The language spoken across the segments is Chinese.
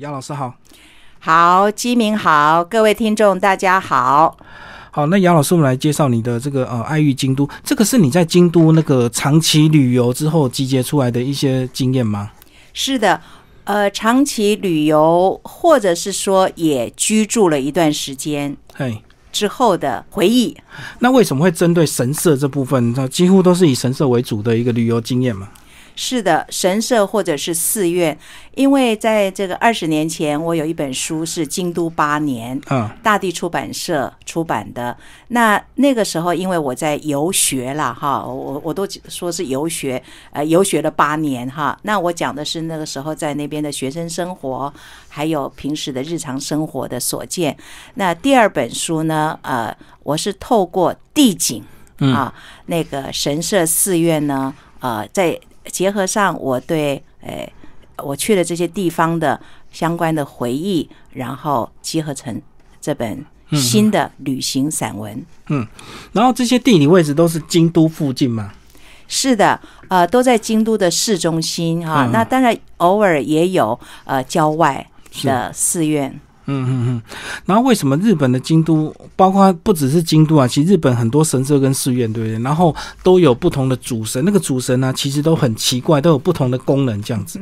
杨老师好，好，基民好，各位听众大家好。好，那杨老师，我们来介绍你的这个呃爱玉京都，这个是你在京都那个长期旅游之后集结出来的一些经验吗？是的，呃，长期旅游或者是说也居住了一段时间嘿，之后的回忆，那为什么会针对神社这部分？那几乎都是以神社为主的一个旅游经验嘛？是的，神社或者是寺院，因为在这个二十年前，我有一本书是《京都八年》，嗯，大地出版社出版的。那那个时候，因为我在游学啦，哈，我我我都说是游学，呃，游学了八年哈。那我讲的是那个时候在那边的学生生活，还有平时的日常生活的所见。那第二本书呢，呃，我是透过地景啊，那个神社寺院呢，呃，在结合上我对呃我去了这些地方的相关的回忆，然后集合成这嗯本新的旅行散文。然后这些地理位置都是京都附近嘛？是的，呃，都在京都的市中心哈、嗯那当然，偶尔也有呃郊外的寺院。嗯嗯嗯。然后为什么日本的京都，包括不只是京都啊，其实日本很多神社跟寺院，对不对？然后都有不同的主神，那个主神呢、啊其实都很奇怪，都有不同的功能这样子。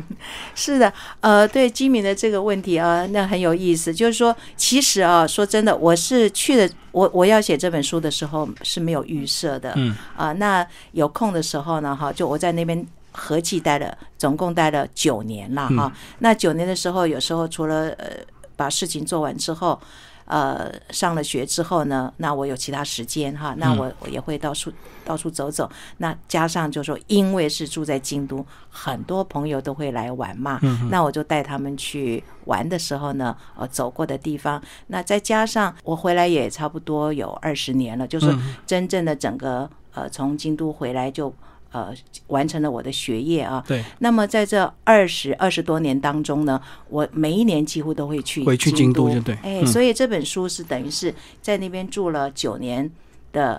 是的，呃，对居民的这个问题啊，那很有意思。就是说，其实啊，说真的，我是去的，我我要写这本书的时候是没有预设的，嗯啊、那有空的时候呢，哈，就我在那边。合计待了，总共待了九年了嗯哈。那九年的时候，有时候除了呃把事情做完之后，呃上了学之后呢，那我有其他时间哈，那我我也会到处到处走走。那加上就说，因为是住在京都，很多朋友都会来玩嘛，那我就带他们去玩的时候呢，呃，走过的地方，那再加上我回来也差不多有二十年了，就是真正的整个呃从京都回来就呃完成了我的学业啊。对，那么在这二十二十多年当中呢，我每一年几乎都会去回去京都就对哎，嗯所以这本书是等于是在那边住了九年的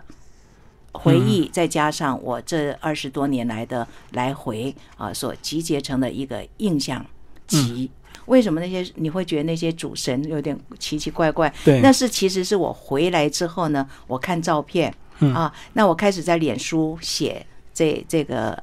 回嗯忆，再加上我这二十多年来的来回啊，所集结成的一个印象集。嗯为什么那些你会觉得那些主神有点奇奇怪怪？对，那是其实是我回来之后呢，我看照片、嗯啊，那我开始在脸书写这这个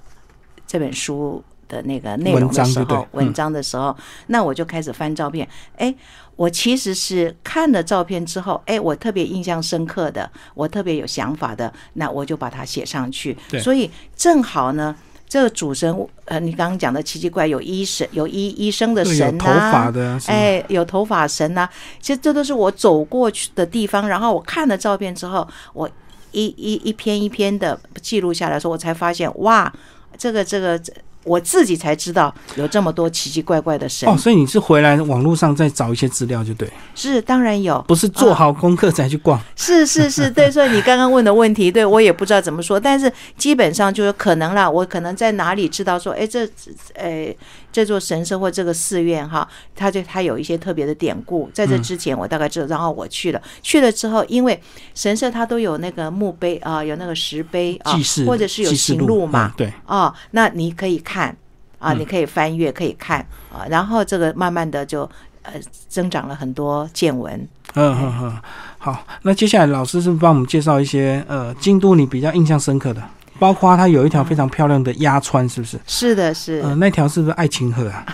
这本书的那个内容文章的时就对候嗯，文章的时候，那我就开始翻照片，哎。我其实是看了照片之后，哎，我特别印象深刻的，我特别有想法的，那我就把它写上去对。所以正好呢，这个主神，呃，你刚刚讲的奇奇怪，有医神，有医医生的对神有呐、头发的、啊，什么哎，有头发神呐、其实这都是我走过去的地方，然后我看了照片之后，我一一一篇一篇的记录下来说，我才发现哇，这个这个，这我自己才知道有这么多奇奇怪怪的神，哦，所以你是回来网络上再找一些资料就对，是当然有，不是做好功课才去逛。是是是，对，所以你刚刚问的问题，对我也不知道怎么说，但是基本上就是可能啦，我可能在哪里知道说，哎，这，哎，这座神社或这个寺院哈，它就它有一些特别的典故，在这之前我大概知道，然后我去了，去了之后，因为神社它都有那个墓碑啊、有那个石碑啊记事、，或者是有记事行路嘛，嗯对，哦，那你可以看啊，你可以翻阅，可以看啊，然后这个慢慢的就呃增长了很多见闻。嗯嗯嗯，好，那接下来老师是不是帮我们介绍一些呃京都你比较印象深刻的，包括它有一条非常漂亮的鸭川，是不是？是的，是。呃，那条是不是爱情河啊？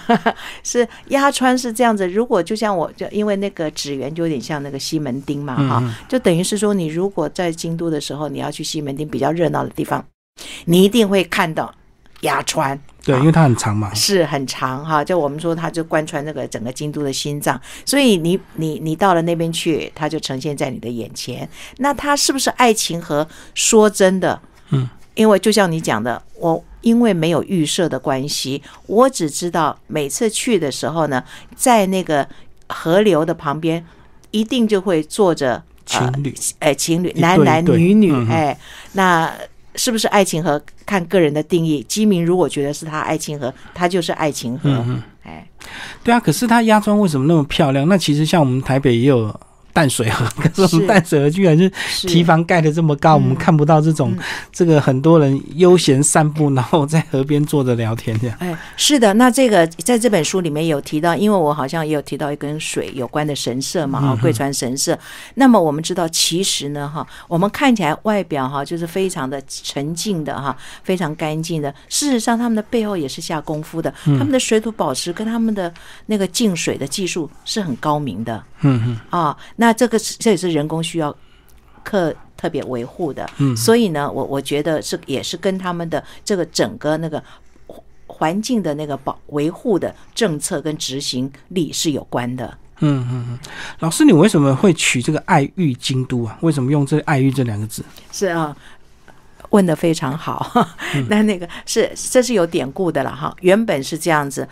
是压川是这样子，如果就像我就因为那个纸园就有点像那个西门町嘛哈、就等于是说你如果在京都的时候，你要去西门町比较热闹的地方，你一定会看到压川。对，因为它很长嘛。是很长哈，就我们说它就贯穿那个整个京都的心脏，所以你你你到了那边去，它就呈现在你的眼前。那它是不是爱情和？说真的，嗯，因为就像你讲的，我因为没有预设的关系，我只知道每次去的时候呢，在那个河流的旁边，一定就会坐着情侣，哎，情侣一男对一男对女女嗯，哼哎，那是不是爱情河？看个人的定义。基民如果觉得是他爱情河，他就是爱情嗯河。哎，对啊，可是它鸭川为什么那么漂亮？那其实像我们台北也有淡水河， 可是我们是淡水河居然是是堤防盖的这么高，我们看不到这种、嗯这个很多人悠闲散步，然后在河边坐着聊天这样。哎，是的，那这个在这本书里面有提到，因为我好像也有提到一跟水有关的神社嘛，啊，贵船神社。那么我们知道，其实呢，哈，我们看起来外表哈就是非常的沉静的哈，非常干净的。事实上，他们的背后也是下功夫的，他们的水土保持跟他们的那个净水的技术是很高明的。嗯嗯，啊，那这个是这也是人工需要特特别维护的，嗯，所以呢，我我觉得是也是跟他们的这个整个那个环环境的那个保维护的政策跟执行力是有关的。老师，你为什么会取这个“爱玉京都”啊？为什么用这“爱玉”这两个字？是啊，嗯问的非常好。 那那个是这是有典故的了哈，原本是这样子。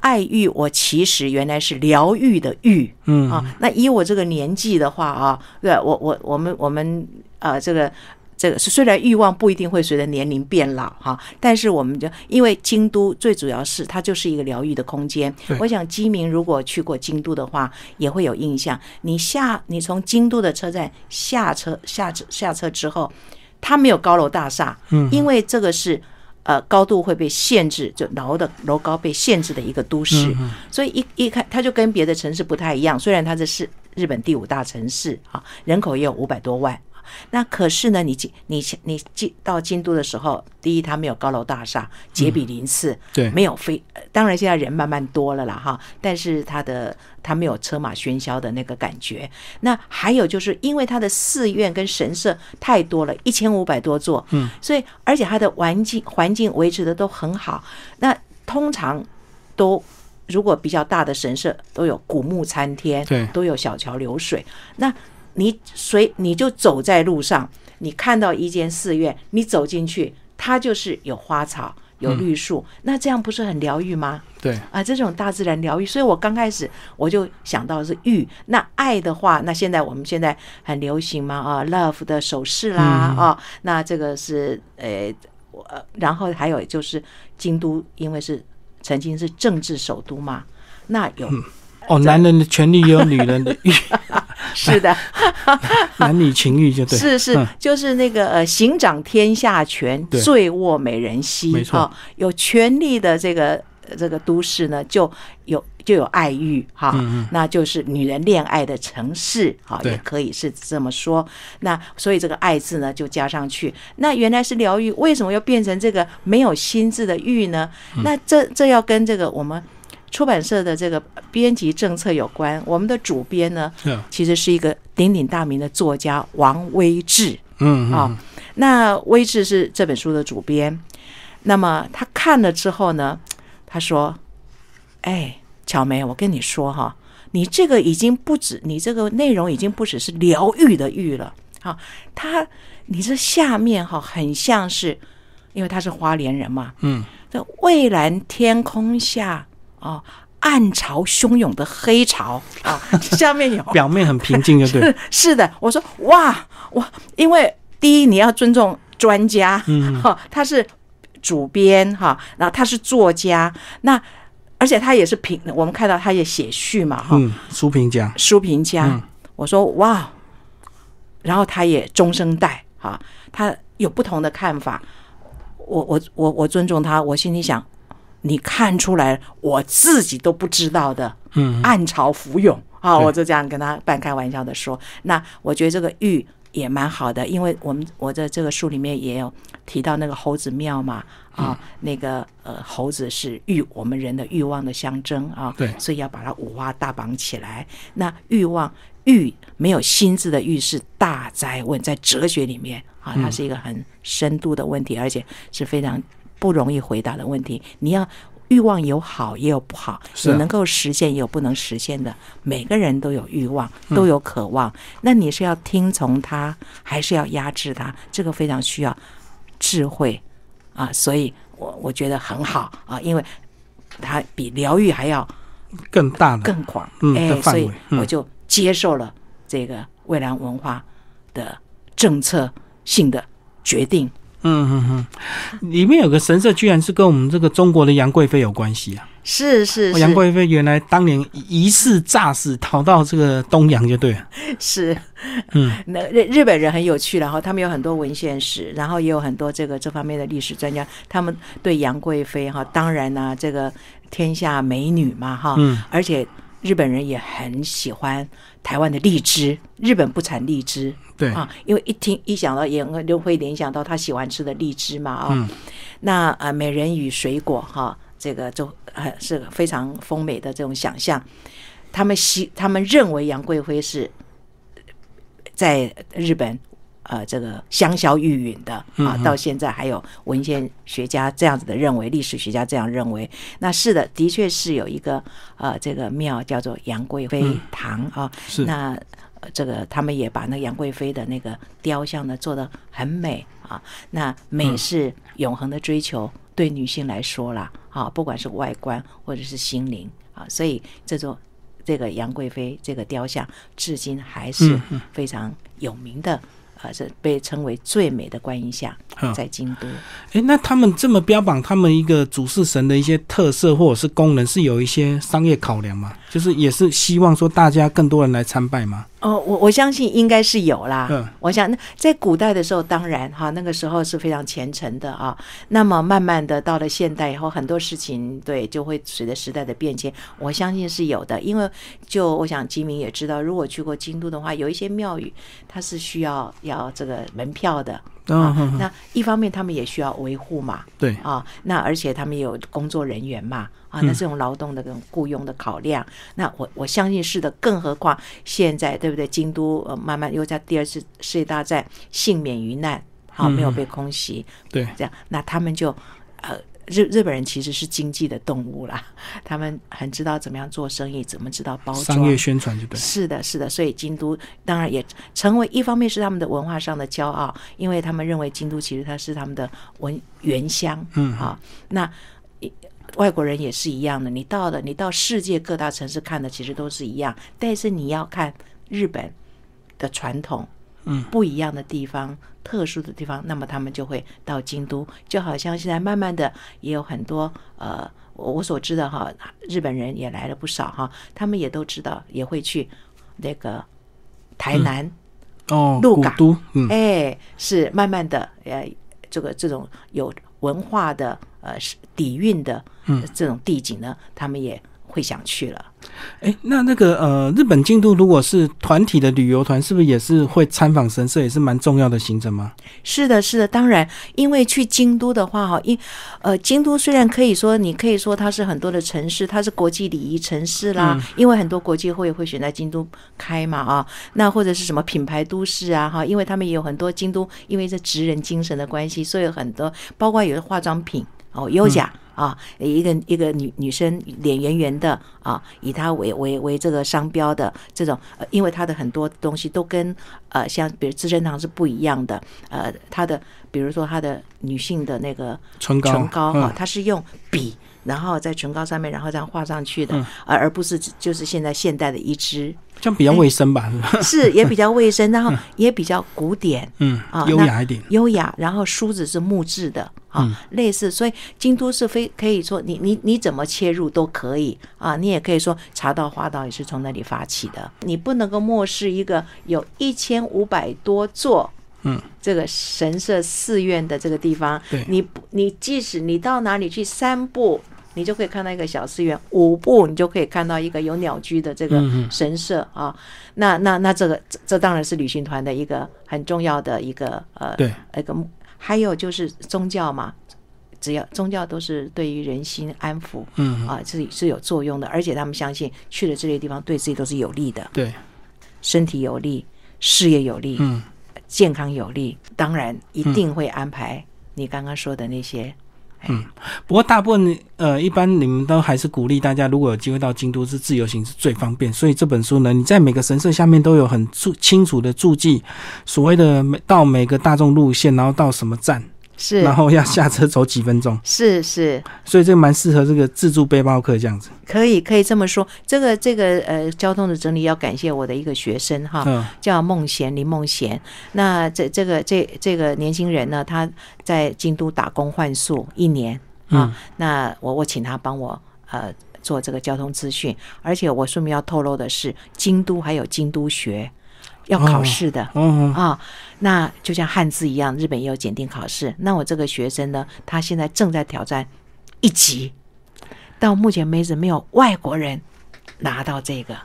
爱玉，我其实原来是疗愈的愈，嗯啊，那以我这个年纪的话啊，对我我我们我们呃这个。这个虽然欲望不一定会随着年龄变老哈、但是我们就因为京都最主要是它就是一个疗愈的空间对。我想基民如果去过京都的话，也会有印象。你下你从京都的车站下车下车下车之后，它没有高楼大厦，嗯因为这个是呃高度会被限制，就楼的楼高被限制的一个都嗯市，所以一一看它就跟别的城市不太一样。虽然它这是日本第五大城市啊，人口也有五百多万。那可是呢，你进你你进到京都的时候，第一它没有高楼大厦，杰比鳞次，对没有非，呃当然现在人慢慢多了啦哈，但是它的它没有车马喧嚣的那个感觉。那还有就是因为它的寺院跟神社太多了，一千五百多座，嗯，所以而且它的环境环境维持的都很好。那通常都如果比较大的神社都有古木参天，对都有小桥流水。那你随你就走在路上，你看到一间寺院，你走进去，它就是有花草。有绿树，那这样不是很疗愈吗？对，啊，这种大自然疗愈，所以我刚开始我就想到是愈。那爱的话，那现在我们现在很流行嘛啊，love 的手势啦嗯啊，那这个是呃，我呃然后还有就是京都，因为是曾经是政治首都嘛，那 有、哦，男人的权利也有女人的 欲，是的，男女情欲就对。是是，嗯就是那个呃，行掌天下权，对醉卧美人膝。没错哦有权力的这个呃这个都市呢，就有就有爱欲哈，那就是女人恋爱的城市哈，嗯对也可以是这么说。那所以这个爱字呢就加上去，那原来是疗愈，为什么又变成这个没有心字的欲呢？嗯那这这要跟这个我们。出版社的这个编辑政策有关，我们的主编呢，嗯其实是一个鼎鼎大名的作家王威志嗯啊、那威志是这本书的主编，那么他看了之后呢，他说：“哎，巧梅，我跟你说哈，你这个已经不止，你这个内容已经不只是疗愈的愈了啊，他你这下面哈很像是，因为他是花莲人嘛，嗯，这蔚蓝天空下啊。”暗潮汹涌的黑潮啊， 下面有表面很平静就对。 是的，我说哇哇，因为第一你要尊重专家，嗯，哈、他是主编哈、然后他是作家，那而且他也是评，我们看到他也写序嘛哈、嗯，书评家，书评家，我说哇，然后他也中生代哈、他有不同的看法，我我我我尊重他，我心里想，你看出来我自己都不知道的，嗯，暗潮浮涌啊！对我就这样跟他半开玩笑的说，那我觉得这个玉也蛮好的，因为我们我的这个书里面也有提到那个猴子庙嘛，啊，嗯那个呃猴子是欲我们人的欲望的象征啊，对所以要把它五花大绑起来。那欲望欲没有心字的欲是大灾问，在哲学里面啊，嗯它是一个很深度的问题，而且是非常不容易回答的问题。你要欲望有好也有不好，是啊有能够实现也有不能实现的。每个人都有欲望，嗯都有渴望。那你是要听从它，还是要压制它？这个非常需要智慧啊，所以我我觉得很好啊，因为它比疗愈还要更大的。更广，嗯哎、的范所围以我就接受了这个蔚蓝文化的政策性的决定。嗯嗯嗯，里面有个神社，居然是跟我们这个中国的杨贵妃有关系啊。是是哦杨是贵妃原来当年疑似诈死逃到这个东洋就对了， 是，嗯， 那日日本人很有趣然后他们有很多文献史，然后也有很多这个这方面的历史专家，他们对杨贵妃哈，当然呢、这个天下美女嘛哈，嗯，而且日本人也很喜欢台湾的荔枝，日本不产荔枝，对，啊，因为一听一想到杨贵，就会联想到他喜欢吃的荔枝嘛啊。嗯那啊，呃美人与水果哈、这个就呃是非常丰美的这种想象。他们希他们认为杨贵妃是在日本。呃，这个香消玉殒的嗯啊，到现在还有文献学家这样子的认为，历史学家这样认为。那是的，的确是有一个呃，这个庙叫做杨贵妃堂嗯啊、是那呃这个他们也把那杨贵妃的那个雕像呢做得很美啊。那美嗯是永恒的追求，对女性来说啦，啊，不管是外观或者是心灵啊，所以这座这个杨贵妃这个雕像至今还是嗯嗯非常有名的。啊，是被称为最美的观音像嗯，在京都。诶，那他们这么标榜他们一个主事神的一些特色或者是功能，是有一些商业考量嘛？就是也是希望说大家更多人来参拜嘛？哦，我我相信应该是有啦。嗯我想那在古代的时候，当然哈，那个时候是非常虔诚的啊。那么慢慢的到了现代以后，很多事情对就会随着时代的变迁，我相信是有的。因为就我想吉明也知道，如果去过京都的话，有一些庙宇它是需要要这个门票的。嗯啊哼哼那一方面他们也需要维护嘛，对，嗯啊，那而且他们也有工作人员嘛，啊，那这种劳动的跟雇佣的考量，那我我相信是的，更何况现在对不对？京都呃慢慢又在第二次世界大战幸免于难，好、没有被空袭，嗯对，这样，那他们就呃。日日本人其实是经济的动物啦，他们很知道怎么样做生意，怎么知道包装，啊商业宣传就对。是的，是的，所以京都当然也成为一方面是他们的文化上的骄傲，因为他们认为京都其实它是他们的文原乡，嗯啊，那。一外国人也是一样的，你到了，你到世界各大城市看的其实都是一样，但是你要看日本的传统，嗯，不一样的地方、特殊的地方，那么他们就会到京都。就好像现在慢慢的也有很多呃，我我所知的哈，日本人也来了不少哈，他们也都知道，也会去那个台南，哦，鹿古港都，嗯，哎，是慢慢的，呃，这个这种有文化的呃是底蕴的、嗯呃这种地景呢，他们也会想去了。诶，那那个呃，日本京都如果是团体的旅游团，是不是也是会参访神社，也是蛮重要的行程吗？是的，是的，当然，因为去京都的话，哈，因呃，京都虽然可以说，你可以说它是很多的城市，它是国际礼仪城市啦，因为很多国际会会选在京都开嘛，啊，那或者是什么品牌都市啊，哈，因为他们也有很多京都，因为这职人精神的关系，所以有很多，包括有的化妆品哦，优雅。啊，一个一个女女生脸圆圆的啊，以她为为为这个商标的这种，呃因为她的很多东西都跟呃像比如资生堂是不一样的，呃，她的比如说她的女性的那个唇膏，唇膏哈、嗯它是用笔，然后在唇膏上面，然后这样画上去的，而、而不是就是现在现代的一支，这样比较卫生 吧，是吧？是也比较卫生，然后也比较古典，嗯嗯啊，优那雅一点。优雅，然后梳子是木质的啊，类似，所以京都是非可以说你你你怎么切入都可以啊，你也可以说茶道花道也是从那里发起的，你不能够漠视一个有一千五百多座。嗯，这个神社寺院的这个地方对，你不你即使你到哪里去三步，你就可以看到一个小寺院；五步你就可以看到一个有鸟居的这个嗯神社啊。那那那这个这这当然是旅行团的一个很重要的一个呃对，那个目，还有就是宗教嘛，只要宗教都是对于人心安抚，嗯啊，是是有作用的，而且他们相信去了这些地方对自己都是有利的，对，身体有利，事业有利，嗯，健康有利，当然一定会安排你刚刚说的那些，不过大部分呃，一般你们都还是鼓励大家，如果有机会到京都是自由行是最方便。所以这本书呢，你在每个神社下面都有很注清楚的注记，所谓的每到每个大众路线，然后到什么站，是然后要下车走几分钟，是是，所以这蛮适合这个自助背包客这样子。可以可以这么说，这个这个呃交通的整理要感谢我的一个学生哈，嗯，叫孟贤林孟贤。那这这个这这个年轻人呢，他在京都打工换宿一年啊。那我我请他帮我呃做这个交通资讯。而且我顺便要透露的是，京都还有京都学要考试的。嗯，啊、那就像汉字一样，日本也有检定考试。那我这个学生呢，他现在正在挑战一级，到目前为止没有外国人拿到这个，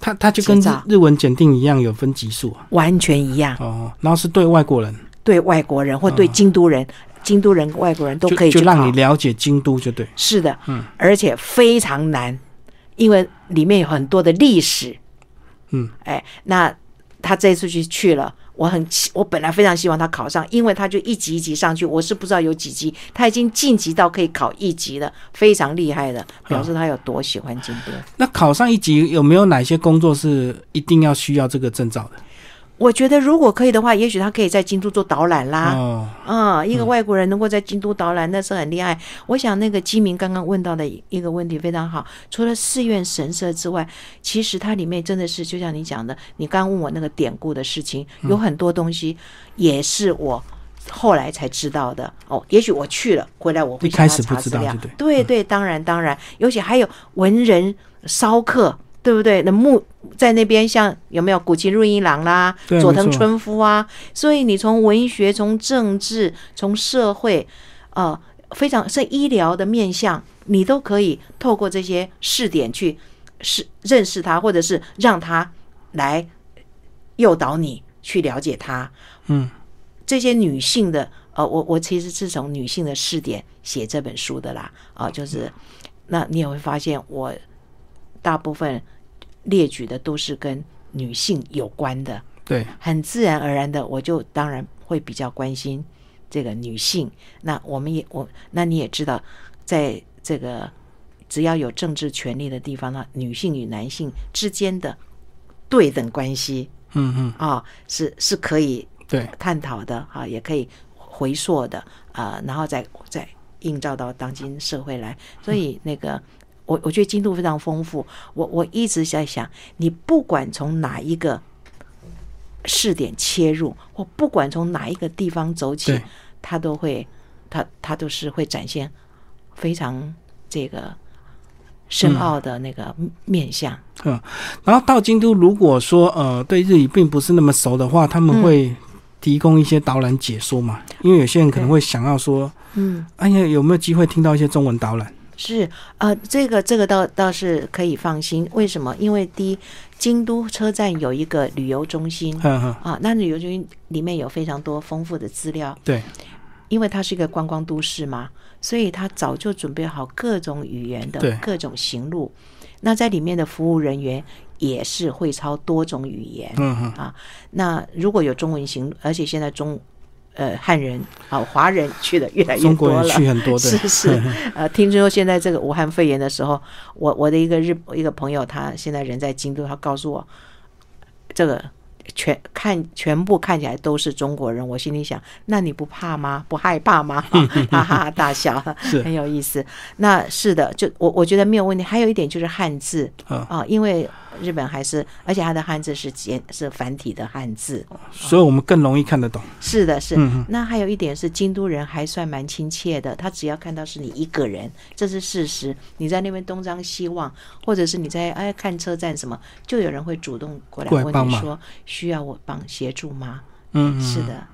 它它就跟日执照日文检定一样有分级数啊。完全一样。哦，然后是对外国人，对外国人或对京都人、京都人、外国人都嗯就可以就去让考你。了解京都就对。是的，嗯，而且非常难，因为里面有很多的历史。嗯，哎，那他这一次去去了。我很期，我本来非常希望他考上，因为他就一级一级上去，我是不知道有几级，他已经晋级到可以考一级了，非常厉害嗯的，表示他有多喜欢京都。那考上一级有没有哪些工作是一定要需要这个证照的？我觉得如果可以的话，也许他可以在京都做导览啦，哦，啊，一个外国人能够在京都导览，那是很厉害。我想那个基民刚刚问到的一个问题非常好，除了寺院神社之外，其实它里面真的是就像你讲的，你刚问我那个典故的事情，有嗯很多东西也是我。后来才知道的哦，也许我去了，回来我会一开向他始不查知资道料就对对对，当然当然，尤其还有文人骚客，对不对？那木在那边像有没有古琴润一郎啦，对佐没藤错春夫啊，所以你从文学、从政治、从社会，呃，非常是医疗的面向，你都可以透过这些试点去是认识他，或者是让他来诱导你去了解他。嗯，这些女性的，呃，我我其实是从女性的试点写这本书的啦，啊、就是那你也会发现我大部分列举的都是跟女性有关的，对，很自然而然的，我就当然会比较关心这个女性。那我们也我那你也知道，在这个只要有政治权利的地方呢，女性与男性之间的对等关系嗯嗯，啊、是是可以对，探讨的啊，也可以回溯的啊、然后再再映照到当今社会来。所以那个，我我觉得进度非常丰富。我我一直在想，你不管从哪一个试点切入，或不管从哪一个地方走起对，它都会，它它都是会展现非常这个深奥的那个面相。然后到京都，如果说呃对日语并不是那么熟的话，他们嗯会提供一些导览解说嘛？因为有些人可能会想要说，嗯，哎呀，有没有机会听到一些中文导览？是啊、呃这个这个倒倒是可以放心。为什么？因为第一，京都车站有一个旅游中心呵呵，啊，那旅游中心里面有非常多丰富的资料，对，因为它是一个观光都市嘛，所以它早就准备好各种语言对的各种行路。那在里面的服务人员也是会操多种语言。嗯哼，那如果有中文行，而且现在中呃汉人啊华人去的越来越中国多人了，去很多的，是是， 呃，听说现在这个武汉肺炎的时候，我我的一个日一个朋友，他现在人在京都，他告诉我，这个全看全部看起来都是中国人，我心里想，那你不怕吗？不害怕吗？ 哈哈哈大笑， 是很有意思。那是的，就我我觉得没有问题。还有一点就是汉字嗯啊、因为日本还是，而且它的汉字是简是繁体的汉字，所以我们更容易看得懂。是的，是。嗯那还有一点是，京都人还算蛮亲切的，他只要看到是你一个人，这是事实。你在那边东张西望，或者是你在哎看车站什么，就有人会主动过来过来帮问你忙说需要我帮协助吗？嗯，嗯是，的，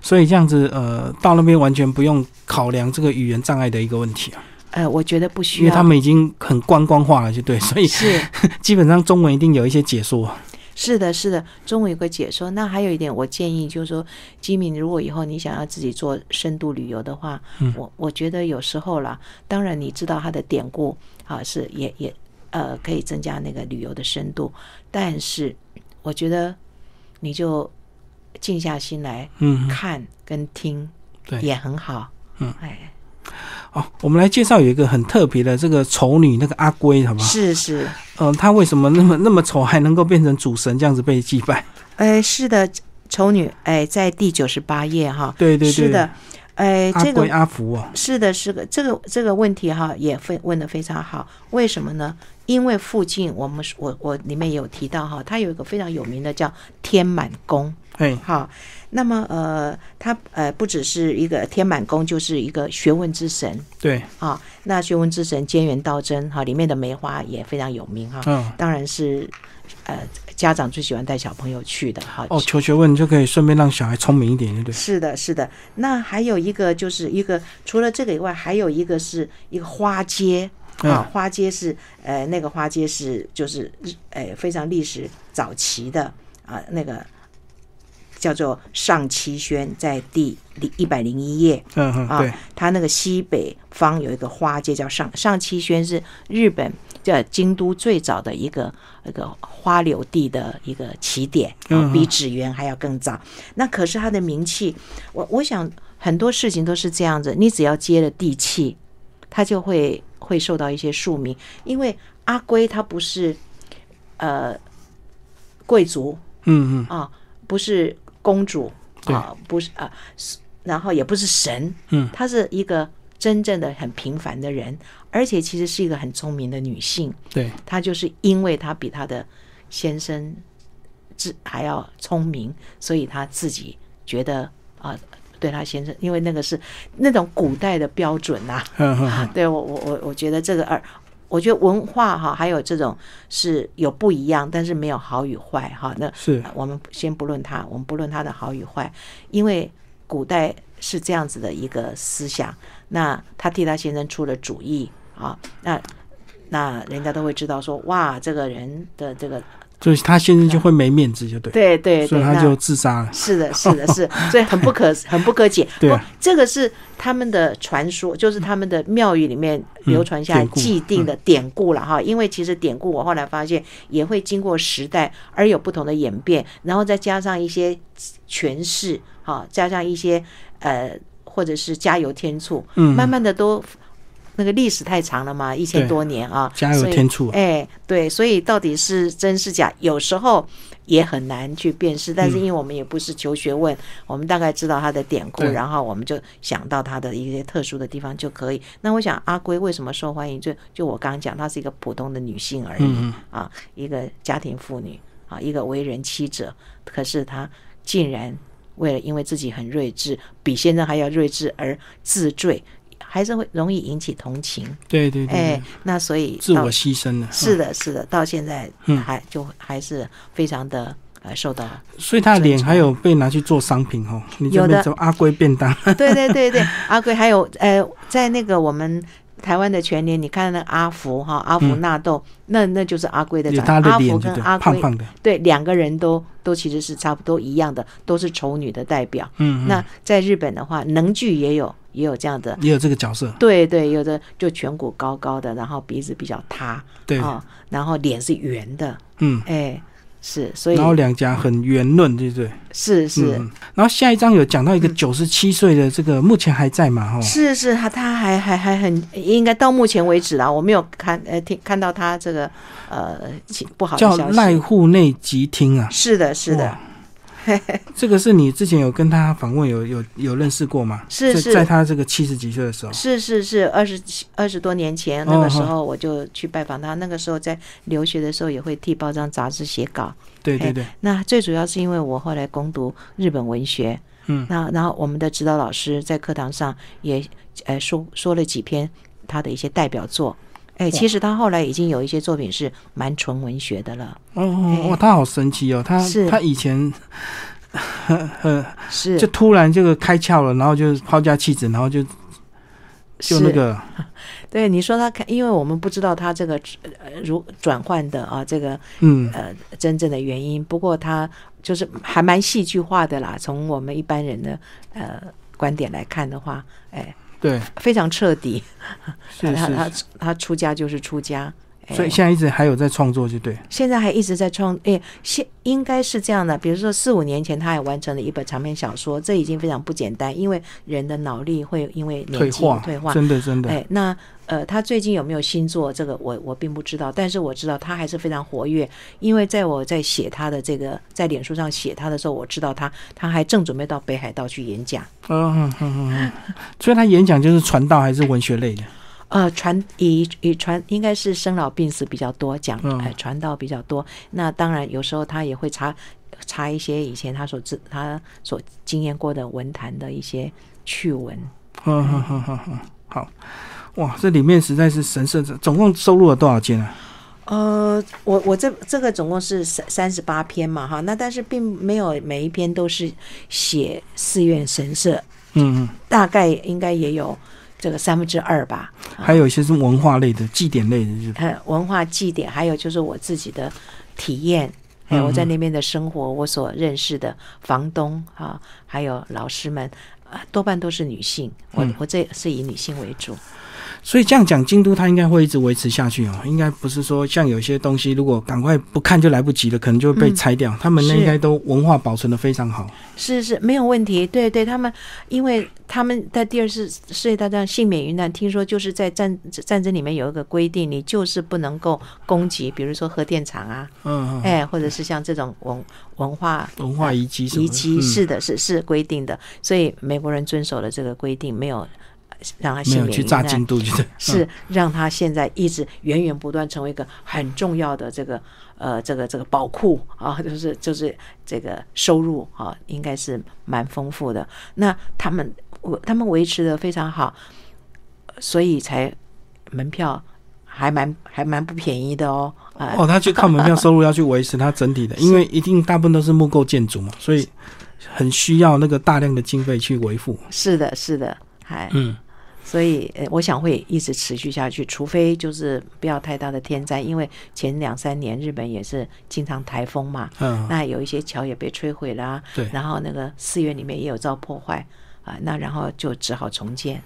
所以这样子，呃，到那边完全不用考量这个语言障碍的一个问题啊，呃，我觉得不需因为要。他们已经很观光化了，就对，所以 是基本上中文一定有一些解说啊。是的，是的，中文有个解说。那还有一点，我建议就是说，吉米，如果以后你想要自己做深度旅游的话，嗯我我觉得有时候啦，当然你知道它的典故啊，是也也呃可以增加那个旅游的深度，但是我觉得你就静下心来嗯，看跟听，对也很好。嗯，哎，哦，我们来介绍有一个很特别的这个丑女，那个阿龟，好不好？是是。嗯、她为什么那么那么丑，还能够变成主神这样子被祭拜？哎，是的，丑女，哎，在第九十八页哈，对对对，是的，哎，阿这个龟阿福哦，是的，是的，这个这个问题哈也非问的非常好。为什么呢？因为附近我们我我里面也有提到哈，它有一个非常有名的叫天满宫，哎，好，那么呃，它呃不只是一个天满宫，就是一个学问之神对，啊。那学问之神兼元道真哈，里面的梅花也非常有名哈。嗯，当然是呃家长最喜欢带小朋友去的哈。哦，求学问就可以顺便让小孩聪明一点，对不对？是的，是的。那还有一个就是一个，除了这个以外，还有一个是一个花街啊，花街是呃那个花街是就是呃非常历史早期的啊、那个叫做上七轩，在第一百零一页，嗯嗯，啊对，它那个西北方有一个花街叫上上七轩，是日本叫京都最早的一个一个花柳地的一个起点，嗯啊嗯比纸园还要更早。那可是它的名气，我我想很多事情都是这样子，你只要接了地气，它就会会受到一些庶民，因为阿龟他不是呃贵族，嗯嗯，啊，不是公主对啊，不是啊，是然后也不是神，嗯，她是一个真正的很平凡的人，而且其实是一个很聪明的女性。对，她就是因为她比她的先生智还要聪明，所以她自己觉得啊，对她先生，因为那个是那种古代的标准啊呐、嗯嗯嗯， 对我我我我觉得这个二，我觉得文化哈，还有这种是有不一样，但是没有好与坏哈。那是我们先不论它，我们不论它的好与坏，因为古代是这样子的一个思想。那他替他先生出了主意啊，那那人家都会知道说，哇，这个人的这个就是他先生就会没面子，就对，对对所对，以他那就自杀了。是的，是的， 是，所以很不可很不可解。对不啊，这个是他们的传说，就是他们的庙宇里面流传下来典故既定的典故了嗯哈。因为其实典故我后来发现也会经过时代而有不同的演变，然后再加上一些诠释，哈，加上一些呃或者是加油添醋，嗯慢慢的都那个历史太长了嘛，一千对多年啊，加油所以添醋啊，哎，对，所以到底是真是假，有时候也很难去辨识。嗯但是因为我们也不是求学问，我们大概知道它的典故，对然后我们就想到它的一些特殊的地方就可以。那我想阿龟为什么受欢迎？就就我刚刚讲，她是一个普通的女性而已、嗯嗯啊，一个家庭妇女啊，一个为人妻者，可是她竟然。为了因为自己很睿智，比先生还要睿智而自坠，还是会容易引起同情。对对对哎对，，那所以嗯自到我牺牲了。是嗯，的，是的，到现在嗯还就还是非常的呃受到， 所以他的脸还有被拿去做商品哦。你这有边的走阿龟便当，对对对对，阿贵还有呃，在那个我们台湾的全年，你看那阿福哈，阿福嗯纳豆，那那就是阿贵的有长他相，的阿脸福就跟对，阿胖贵胖的。对两个人都都其实是差不多一样的，都是丑女的代表。嗯，嗯嗯那在日本的话，能剧也有也有这样的。也有这个角色，对对，有的就颧骨高高的，然后鼻子比较塌，对，哦，然后脸是圆的，嗯，哎，是，所以然后两颊很圆润，对不对？是是，嗯嗯。嗯然后下一章有讲到一个九十七岁的这个，目前还在嘛？哈，是是，他他还还还很应该到目前为止啦，我没有看呃听看到他这个呃其不好的叫消赖息。户内吉听啊。是的，是的 哇，这个是你之前有跟他访问有有有认识过吗？是在是在他这个七十几岁的时候，是是是，二十二十多年前那哦个时哦候我就去拜访他，那个时候在留学的时候也会替报章杂志写稿。对对哎对，那最主要是因为我后来攻读日本文学，嗯那然后我们的指导老师在课堂上也呃说说了几篇他的一些代表作。哎，其实他后来已经有一些作品是蛮纯文学的了，哦哦哎哇，他好神奇哦，他是他以前很很是就突然这个开窍了，然后就抛家弃子，然后就就是那个对你说他看，因为我们不知道他这个呃如转换的啊，这个嗯呃真正的原因。不过他就是还蛮戏剧化的啦，从我们一般人的呃观点来看的话，哎，对非常彻底。是他他是，他出家就是出家，呃哎所以现在一直还有在创作，就对，现在还一直在创，哎，现应该是这样的。比如说四五年前，他还完成了一本长篇小说，这已经非常不简单，因为人的脑力会因为退年纪化退化，真的真的哎，那呃，他最近有没有新作？这个我我并不知道，但是我知道他还是非常活跃，因为在我在写他的这个在脸书上写他的时候，我知道他他还正准备到哦北海道去演讲。嗯嗯嗯嗯，嗯所以他演讲就是传道还是文学类的，呃，传以以传应该是生老病死比较多，讲嗯呃传道比较多。那当然有时候他也会查查一些以前他所知他所经验过的文坛的一些趣闻。嗯哼哼哼哼，好，哇，这里面实在是神圣，总共收录了多少件啊？呃，我我这这个总共是三三十八篇嘛哈，那但是并没有每一篇都是写寺院神社，嗯，大概应该也有这个三分之二吧。嗯还有一些是文化类的、祭典类的，是吧呃文化祭典，还有就是我自己的体验，还有我在那边的生活，我所认识的房东啊，还有老师们啊，多半都是女性。我我这是以女性为主。所以这样讲，京都它应该会一直维持下去哦，应该不是说像有些东西，如果赶快不看就来不及了，可能就会被拆掉。他们那嗯是应该都文化保存的非常好。是是没有问题，对对，他们因为他们在第二次世界大战幸免于难，听说就是在战战争里面有一个规定，你就是不能够攻击，比如说核电厂啊，嗯，嗯哎，或者是像这种文文化文化遗迹什么遗的，迹嗯是的，是是规定的，所以美国人遵守了这个规定，没有呃让他没幸有免去于炸难，京都，就是嗯是让他现在一直源源不断成为一个很重要的这个呃这个这个宝库啊，就是就是这个收入啊，应该是蛮丰富的。那他们我他们维持的非常好，所以才门票还蛮还蛮不便宜的哦啊。哦，他去靠门票收入要去维持它整体 的，因为一定大部分都是木构建筑嘛，所以很需要那个大量的经费去维护。是的，是的，哎，嗯，所以呃我想会一直持续下去，除非就是不要太大的天灾，因为前两三年日本也是经常台风嘛，嗯，那有一些桥也被摧毁啦、对。然后那个寺院里面也有遭破坏啊，那然后就只好重建。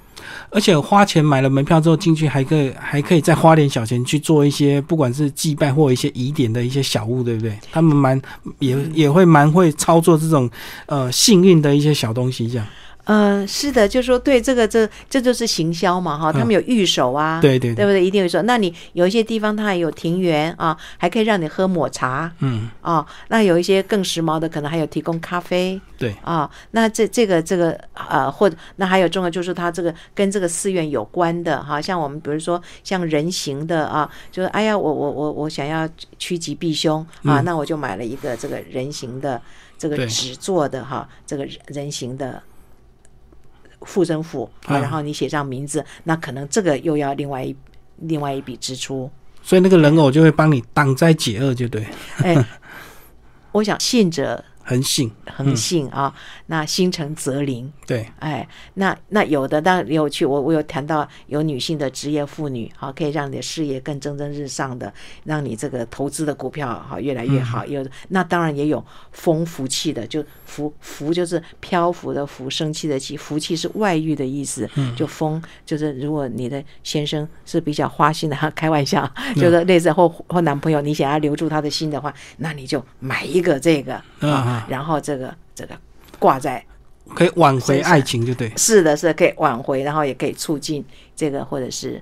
而且花钱买了门票之后进去，还可以还可以再花点小钱去做一些，不管是祭拜或一些疑点的一些小物，对不对？他们蛮也嗯也会蛮会操作这种呃幸运的一些小东西，这样。嗯、是的，就说对这个这这就是行销嘛哈，他们有御守嗯啊，对对对对，不对？一定会说，那你有一些地方它还有庭园啊，还可以让你喝抹茶嗯，啊，那有一些更时髦的可能还有提供咖啡，对，啊、那这这个这个呃，或者那还有重要就是它这个跟这个寺院有关的哈、像我们比如说像人形的啊，就是哎呀，我我我我想要趋吉避凶啊，嗯那我就买了一个这个人形的这个对纸做的哈、这个人人形的。护身符啊，嗯然后你写上名字，那可能这个又要另外一另外一笔支出。所以那个人偶就会帮你挡灾解厄，就对，哎，我想信者很幸，恒信啊，那心诚则灵。对，哎，那那有的当然有去，我我有谈到有女性的职业妇女，好、可以让你的事业更蒸蒸日上的，让你这个投资的股票好、越来越好。有那当然也有风福气的，就福福就是漂浮的福，生气的气，福气是外遇的意思，就风就是如果你的先生是比较花心的， 哈开玩笑，就是类似或或男朋友，你想要留住他的心的话，那你就买一个这个，嗯啊，然后这个这个挂在。可以挽回爱情，就对。是的，是的可以挽回，然后也可以促进这个或者是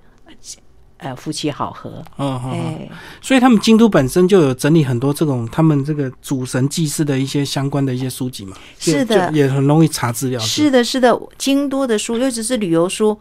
呃夫妻好合。哦，好好哎，所以他们京都本身就有整理很多这种他们这个主神祭祀的一些相关的一些书籍嘛，就是的就也很容易查资料。是的，是的，京都的书，尤其是旅游书，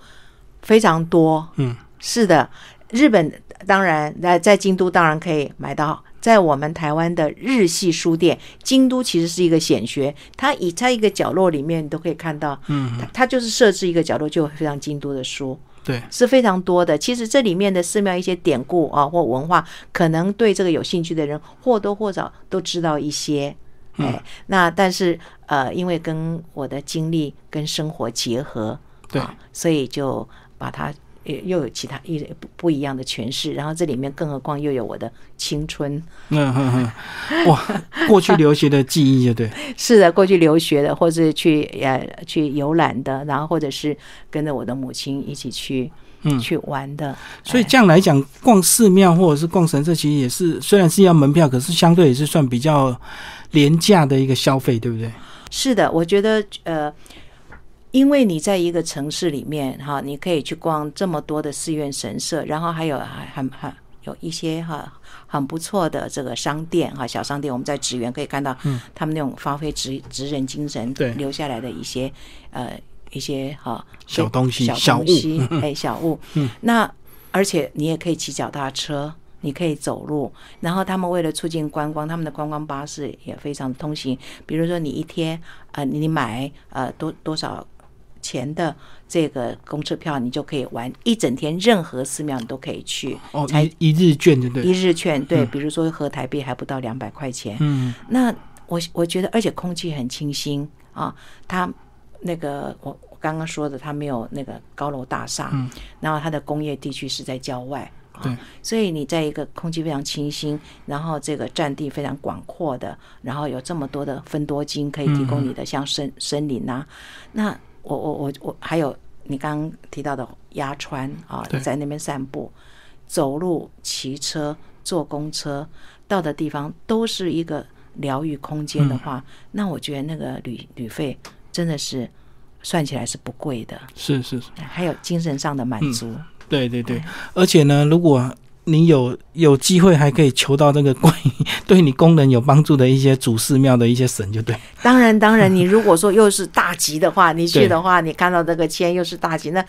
非常多。嗯，是的，日本当然在在京都当然可以买到。在我们台湾的日系书店，京都其实是一个显学，它以在一个角落里面，你都可以看到，嗯，它它就是设置一个角落，就有非常京都的书，对，是非常多的。其实这里面的寺庙一些典故啊或文化，可能对这个有兴趣的人或多或少都知道一些。嗯哎，那但是呃，因为跟我的经历跟生活结合，对啊，所以就把它呃又有其他一不不一样的诠释。然后这里面，更何况又有我的青春，嗯哼哼，哇， 过去留学的记忆就对，是的，过去留学的，或是去呃去游览的，然后或者是跟着我的母亲一起去、嗯去玩的。所以这样来讲，逛寺庙或者是逛神社，其实也是虽然是要门票，可是相对也是算比较廉价的一个消费，对不对？是的，我觉得呃，因为你在一个城市里面哈，你可以去逛这么多的寺院神社，然后还有还很很有一些哈很不错的这个商店哈小商店，我们在职员可以看到他们那种发挥职职人精神对留下来的一些呃一些哈、小东西小东小物嗯西， 哎，小物。那而且你也可以骑脚踏车，你可以走路。然后他们为了促进观光，他们的观光巴士也非常通行。比如说你一天啊、呃你买呃多多少钱的这个公车票，你就可以玩一整天，任何寺庙你都可以去。哦，才一一日券对不一对？日券对，比如说合台币还不到两百块钱，嗯，那我我觉得，而且空气很清新啊，它那个我我刚刚说的，它没有那个高楼大厦，嗯然后它的工业地区是在郊外。对啊，所以你在一个空气非常清新，然后这个占地非常广阔的，然后有这么多的分多金可以提供你的，像嗯森森林啊，那我我我我还有你刚刚提到的鸭川啊对，在那边散步，走路、骑车、坐公车到的地方都是一个疗愈空间的嗯话，那我觉得那个旅旅费真的是算起来是不贵的，是是是，还有精神上的满足。嗯对对对。而且呢，如果你有有机会，还可以求到这个关于 对你功能有帮助的一些主寺庙的一些神，就对。当然，当然，你如果说又是大吉的话，你对去的话，你看到这个签又是大吉，那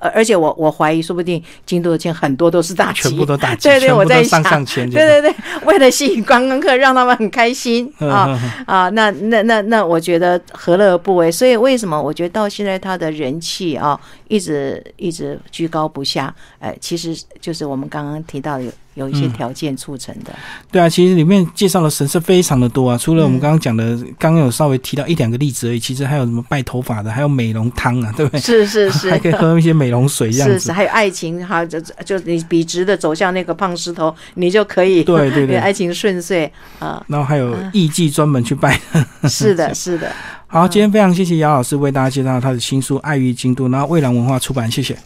而而且我我怀疑，说不定京都的签很多都是大吉，全部都打击，对全对，我部在都想上，上签，就 对对对，为了吸引观光客，让他们很开心嗯啊嗯嗯啊！那那那那，我觉得何乐而不为？所以为什么我觉得到现在他的人气啊，一直一直居高不下？哎，其实就是我们刚刚提到有有嗯一些条件促成的，对啊，其实里面介绍的神社非常的多啊，除嗯了我们刚刚讲的，刚刚有稍微提到一两个例子而已，其实还有什么拜头发的，还有美容汤啊，对不对？是是 是还可以喝一些美容水这样是子是，。还有爱情，还有就就你笔直的走向那个胖石头，你就可以对对你的对！爱情顺遂啊然后还有艺妓专门去嗯拜。是的，是的。好，今天非常谢谢姚老师为大家介绍他的新书《爱与京都》，然后蔚蓝文化出版，谢谢。